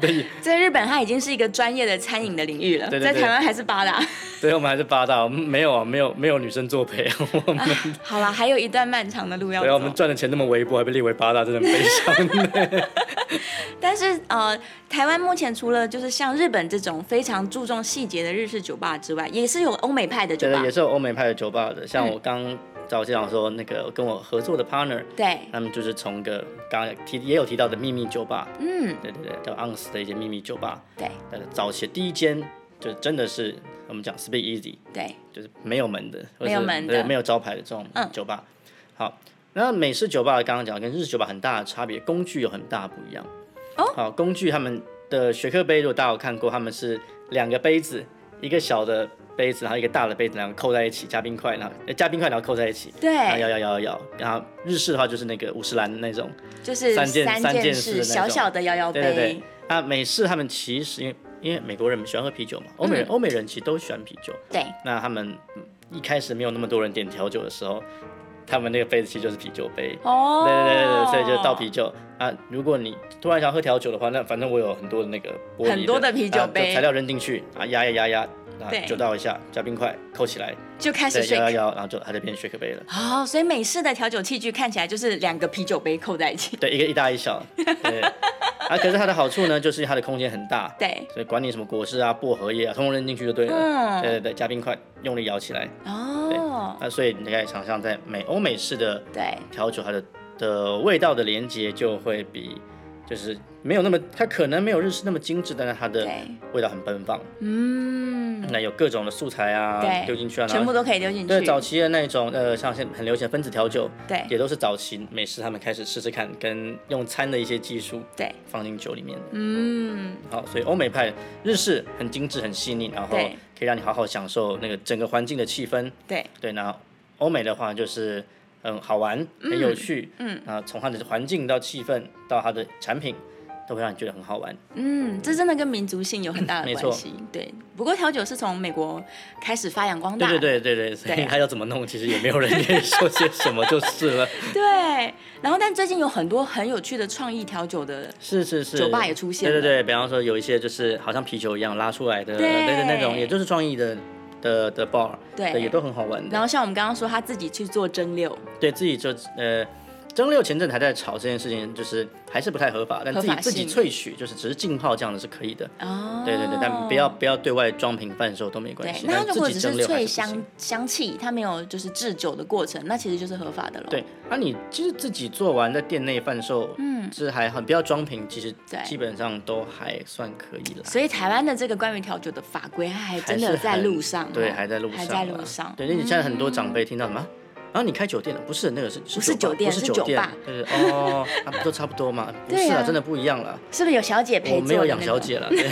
对，
在日本它已经是一个专业的餐饮的领域了，
对对
在
对
台湾还是八大。
对，我们还是八大，我们没有啊，没有没有女生作陪，我们、
好 了，还有一段漫长的路要
对啊，我们
走。
赚的钱那么微薄，还被列为八大，真的很悲伤。
但是呃，台湾目前除了就是像日本这种非常注重细节的日式酒吧之外，也是有欧美派的酒
觉
吧
得也。是有欧美派的酒吧 的，像我刚早期讲说那个跟我合作的 partner，
对，
他们就是从一个刚刚提也有提到的秘密酒吧，
嗯，
对对对，叫 Ons 的一间秘密酒吧，
对
呃，早期第一间就真的是我们讲 Speak Easy，
对，
就是没有门的，或者
没有门的嗯
对没有招牌的这种酒吧。好，那美式酒吧刚刚讲跟日式酒吧很大的差别，工具有很大不一样。
哦，
好，工具他们的雪克杯，如果大家有看过，他们是两个杯子，一个小的杯子，然后一个大的杯子，然后扣在一起加冰块，然后呃加冰块然后扣在一起，
对
然后摇摇摇摇摇。然后日式的话就是那个五十岚那种，
就是
三件三件式的
式
那
小
种
小的摇摇杯，
对对对。啊，美式他们其实因为因为美国人喜欢喝啤酒嘛，欧
嗯
美人、欧美人其实都喜欢啤酒，
对
那他们一开始没有那么多人点调酒的时候，他们那个杯子其实就是啤酒杯。
哦，
对对对对，所以就倒啤酒啊。如果你突然想喝调酒的话，那反正我有很多的那个玻璃
很多的啤酒杯
啊就材料扔进去啊，压压压压，啊
对，
酒倒一下，加冰块，扣起来，
就开始
对，摇摇
shake。
摇，然后就它就变 shake 杯了。
哦，所以美式的调酒器具看起来就是两个啤酒杯扣在一起。
对，一个一大一小，对。啊，可是它的好处呢，就是它的空间很大，
对，
所以管你什么果汁啊、薄荷叶啊，通通扔进去就对了。
嗯
对对对，加冰块，用力摇起来。
哦，
那所以你可以想象，在美欧美式的
对，
调酒它的的味道的连接就会比就是没有那么，它可能没有日式那么精致，但是它的
对
味道很奔放。
嗯，
那有各种的素材啊
对
丢进去啊，
全部
都
都可以丢进去。
对早期的那种呃，像现在很流行的分子调酒，
对
也都是早期美式他们开始试试看，跟用餐的一些技术
对，
放进酒里面的。
嗯，
好，所以欧美派日式很精致、很细腻，然后
对
可以让你好好享受那个整个环境的气氛。
对，
对，那欧美的话就是，嗯，好玩，很有趣，
嗯，
啊、从它的环境到气氛到它的产品，都会让你觉得很好玩。
嗯，这真的跟民族性有很大的
嗯没
关
错
系。对，不过调酒是从美国开始发扬光大。
对对对对对，所
对
以
啊
它要怎么弄，其实也没有人愿意说些什么就是 了。
对然后，但最近有很多很有趣的创意调酒的，
是是是，
酒吧也出现了
对对对，比方说有一些就是好像啤酒一样拉出来的，
对
对对那种，也就是创意的的的 bar，
对
也都很好玩的。
然后像我们刚刚说他自己去做蒸馏，
对自己就呃，蒸馏前阵子还在吵这件事情，就是还是不太合法，但自己
合法
自
性
己萃取，就是只是浸泡这样的是可以的。
哦，
对对对，但不要。不要对外装瓶贩售都没关
对，
系。
那它
但
如果
自
只
己
是
蒸馏还
萃
不行
香香气，它没有就是制酒的过程，那其实就是合法的了。
对，那、你其实自己做完在店内贩售，嗯，是还很不要装瓶，其实
对
基本上都还算可以了。
所以台湾的这个关于调酒的法规，它还真
还
的
是
在
很
路上哦，
对，还在路上，啊
还在路上。嗯
对，那你现在很多长辈听到什么？啊然后你开酒店了？不是，那个是不
是酒店
不是
是酒
酒店
吧，
就是哦， 啊不都差不多嘛？不
对
是
啊
啊，真的不一样了。
是不是有小姐
我
陪坐？
没有养小。姐了，对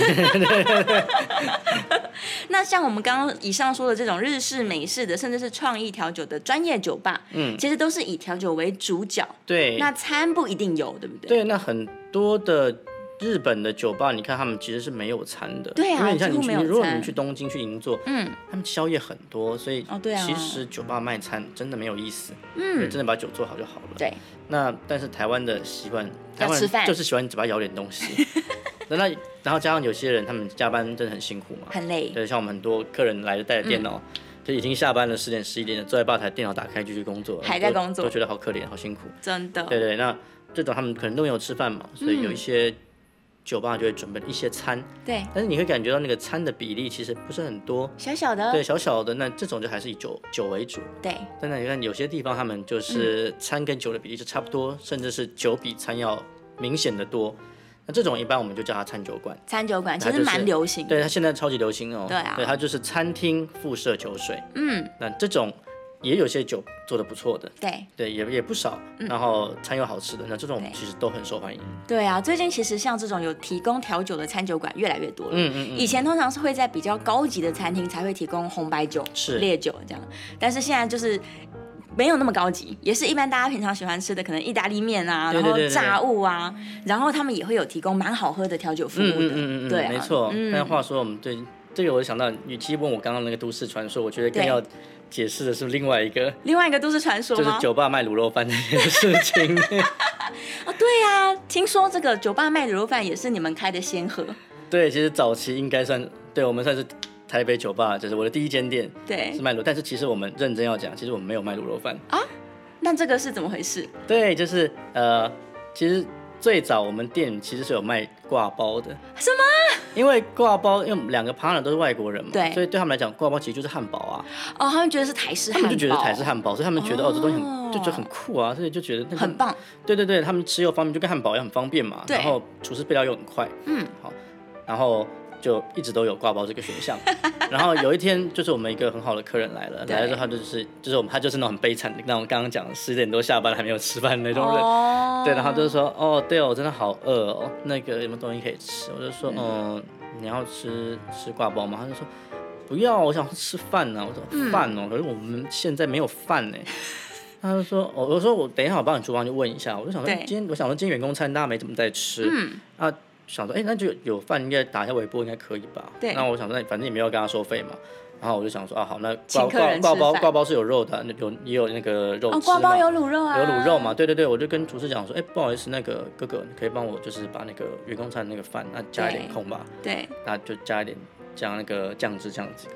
那像我们刚刚以上说的这种日式、美式的，甚至是创意调酒的专业酒吧，嗯，其实都是以调酒为主角。
对，
那餐不一定有，对不对？
对，那很多的日本的酒吧，你看他们其实是没有餐的，
对啊
因为你像
几
你
乎
去，
没有
你如果
餐
你去东京去银座，
嗯，
他们宵夜很多，所以
哦对啊
其实酒吧卖餐真的没有意思，嗯，真的把酒做好就好了。
对，
那但是台湾的习惯，台湾
吃饭
人就是喜欢嘴巴咬点东 西，那那然后加上有些人他们加班真的很辛苦嘛，
很累。
对，像我们很多客人来了带着电脑。
嗯
就已经下班了，十点十一点了，坐在吧台，电脑打开继续工作，
还在
都
工作
都觉得好可怜，好辛苦。
真的，
对对，那这种他们可能都没有吃饭嘛，所以有
嗯
一些酒吧就会准备一些餐，
对，
但是你会感觉到那个餐的比例其实不是很多，
小小的，
对，小小的。那这种就还是以酒酒为主。
对，
但那你看有些地方他们
嗯
就是餐跟酒的比例是差不多，甚至是酒比餐要明显的多。那这种一般我们就叫它餐酒馆，
餐酒馆其
它
实
就是
蛮流行的。
对它现在超级流行哦。
对啊
它就是餐厅附设酒水。
嗯，
那这种也有些酒做的不错的，
对
对，也也不少。然后餐又好吃的，那这种
嗯对
其实都很受欢迎。
对啊，最近其实像这种有提供调酒的餐酒馆越来越多了。
嗯嗯嗯。
以前通常是会在比较高级的餐厅才会提供红白酒、
是
烈酒这样，但是现在就是没有那么高级，也是一般大家平常喜欢吃的，可能意大利面啊，
对
然后
对对对
炸物啊，然后他们也会有提供蛮好喝的调酒服务的，
嗯嗯嗯嗯，
对啊，
没错。
嗯
但话说，我们对这个，我就想到，与其问我刚刚那个都市传说，我觉得更
对
要解释的是另外一个，
另外一个都市传说
就是
吗？
酒吧卖卤肉饭这件事情。
哦，对啊，听说这个酒吧卖卤肉饭也是你们开的先河，
对，其实早期应该算，对我们算是台北酒吧，就是我的第一间店
对
是，卖卤，但是其实我们认真要讲，其实我们没有卖卤肉饭。
啊那这个是怎么回事？
对，就是呃，其实最早我们店其实是有卖挂包的。
什
么？因为挂包，因为我们两个 partner 都是外国人嘛，
对
所以对他们来讲，挂包其实就是汉堡啊。
哦，他们觉得是台式
他
汉堡，
们就觉得台式汉堡，所以他们觉得哦这东西
哦
很就觉得很酷啊，所以就觉得那个
很。棒，
对对对，他们吃又方便，就跟汉堡一样很方便嘛。
对
然后厨师备料又很快，
嗯，
好，然后就一直都有挂包这个选项。然后有一天，就是我们一个很好的客人来了，
对
来了之后他就是就是我们他就是那种很悲惨的，那种刚刚讲十点多下班了还没有吃饭那种人。
哦
对，然后他就说哦，对哦，我真的好饿哦，那个有没有东西可以吃？我就说嗯、你要吃吃挂包吗？他就说不要，我想吃饭呢、我
嗯
说饭哦，可是我们现在没有饭呢。他就说哦，我说我等一下我帮你厨房去问一下。我就想说
对
今天我想说今天员工餐大家没怎么在吃，
嗯，
啊，想说，哎、那就有饭应该打一下微波，应该可以吧？
对
那我想说，那反正也没有跟他收费嘛。然后我就想说，啊，好，那
请
挂
客
挂
人
挂
吃
包
饭
挂包是有肉的，啊有也有那个肉
哦，
汁
挂
嘛。
包有卤肉啊，
有卤肉嘛？对对对，我就跟厨师讲说，哎、不好意思，那个哥哥，你可以帮我就是把那个员工餐那个饭，那加一点
对
空吧，
对，
那就加一点加那个酱汁这样子。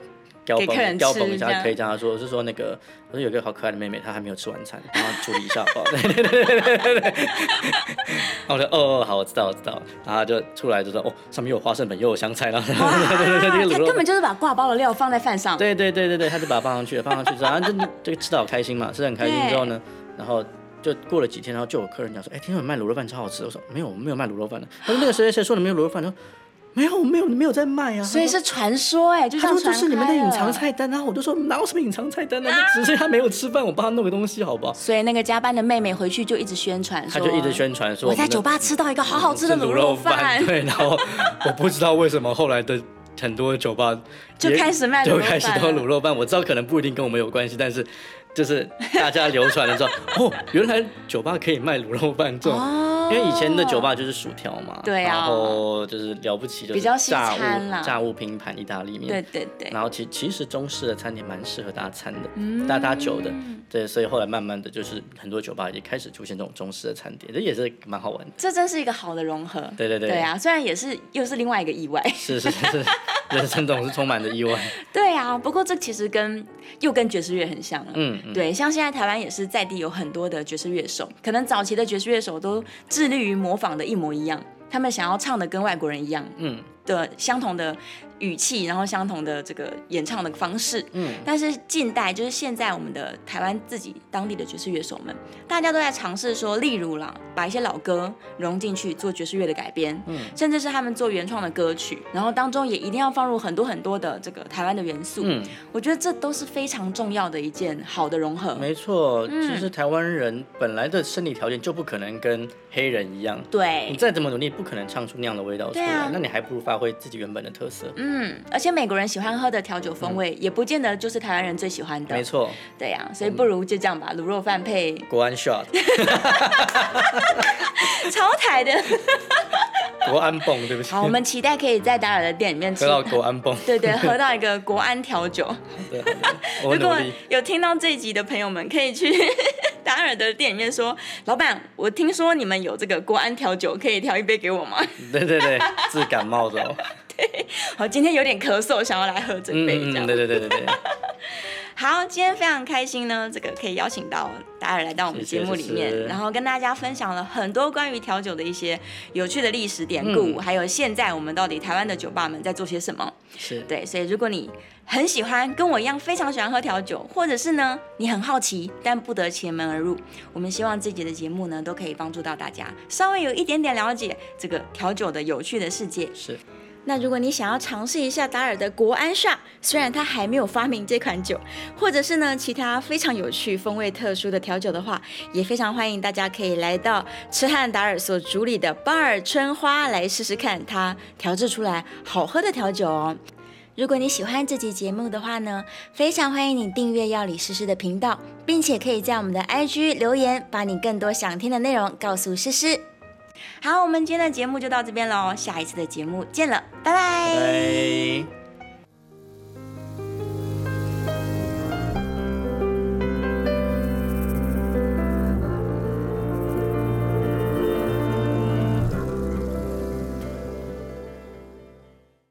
标
客人
本标本
吃
一
这
下
样
可以这样说，我是说那个，我说有个好可爱的妹妹，她还没有吃晚餐，帮她处理一下好 不好？对对对对对对。然后我说哦哦好，我知道我知道，然后她就出来就说哦上面有花生粉又有香菜，然后 对对对对
他
对，卤肉
根本就是把挂包的料放在饭上，
对对对对对，他就把它 放上去了，放上去之后，然后就这个吃的好开心嘛，吃的很开心之后呢，然后就过了几天，然后就有客人讲说，哎，听说你卖卤肉饭超好吃，我说没有，我没有卖卤肉饭的。他说那个谁谁谁说你没有卤肉饭，他说没有没有没有在卖啊，
所以是传说哎，就
他
像
说
传
这是你们的
开了
隐藏，菜单啊，我就说哪有什么隐藏菜单呢、啊，就只是他没有吃饭，我帮他弄个东西好不好？
所以那个加班的妹妹回去就一直宣传，
他就一直。宣传说
我在
们的嗯
酒吧吃到一个好好吃的
是
卤肉饭
饭，，对，然后我不知道为什么后来的很多酒吧
就
也
开始卖卤肉
就
饭
开始都
了
卤肉饭。我知道可能不一定跟我们有关系，但是就是大家流传了之后， 哦，原来酒吧可以卖卤肉饭这种。
哦
因为以前的酒吧就是薯条嘛，
对啊
然后就是了不起就是
比较西
炸
餐啦
物、炸物拼盘、意大利面，
对对对，
然后其其实中式的餐点蛮适合搭餐的，
嗯
搭搭酒的，对，所以后来慢慢的就是很多酒吧也开始出现这种中式的餐点，这也是蛮好玩的。
这真是一个好的融合。
对对对
对啊，虽然也是又是另外一个意外，
是是是，人生总是充满着意外。
对啊，不过这其实跟又跟爵士乐很像了。
嗯，嗯
对，像现在台湾也是在地有很多的爵士乐手，可能早期的爵士乐手都致力于模仿的一模一样，他们想要唱的跟外国人一样
嗯
的相同的语气，然后相同的这个演唱的方式。
嗯，
但是近代就是现在我们的台湾自己当地的爵士乐手们，大家都在尝试说，例如啦，把一些老歌融进去做爵士乐的改编，嗯，甚至是他们做原创的歌曲，然后当中也一定要放入很多很多的这个台湾的元素，
嗯，
我觉得这都是非常重要的一件好的融合。
没错，
嗯
就是台湾人本来的生理条件就不可能跟黑人一样，你
对，
再怎么努力，不可能唱出那样的味道出来，
对啊
那你还不如发挥自己原本的特色。
嗯，而且美国人喜欢喝的调酒风味，也不见得就是台湾人最喜欢的。
嗯没，错，
对呀、所以不如就这样吧，卤肉饭配
国安 shot，嗯
超台的。
国安泵，对不起，
好，我们期待可以在达尔的店里面吃
喝到国安泵，
对对，喝到一个国安调酒。
对，好的 我
如
努
果
力。
有听到这一集的朋友们，可以去 达尔的店里面说：“老板，我听说你们有这个国安调酒，可以调一杯给我吗
对对对，治感冒的、哦。？”
好，今天有点咳嗽，想要来喝这
嗯
杯这
嗯，
样。
嗯对对对对对，
好，今天非常开心呢，这个可以邀请到达尔来到我们节
谢谢
目里面，
谢谢
然后跟大家分享了很多关于调酒的一些有趣的历史典故，
嗯
还有现在我们到底台湾的酒吧们在做些什么。
是。
对，所以如果你很喜欢，跟我一样非常喜欢喝调酒，或者是呢你很好奇但不得其门而入，我们希望自己的节目呢都可以帮助到大家，稍微有一点点了解这个调酒的有趣的世界。
是，
那如果你想要尝试一下达尔的国安煞，虽然他还没有发明这款酒，或者是呢其他非常有趣、风味特殊的调酒的话，也非常欢迎大家可以来到痴汉达尔所主理的巴尔春花来试试看他调制出来好喝的调酒哦。如果你喜欢这期节目的话呢，非常欢迎你订阅药理诗诗的频道，并且可以在我们的 IG 留言，把你更多想听的内容告诉诗诗。
好，我们今天的节目就到这边喽，下一次的节目见了，拜拜
拜拜。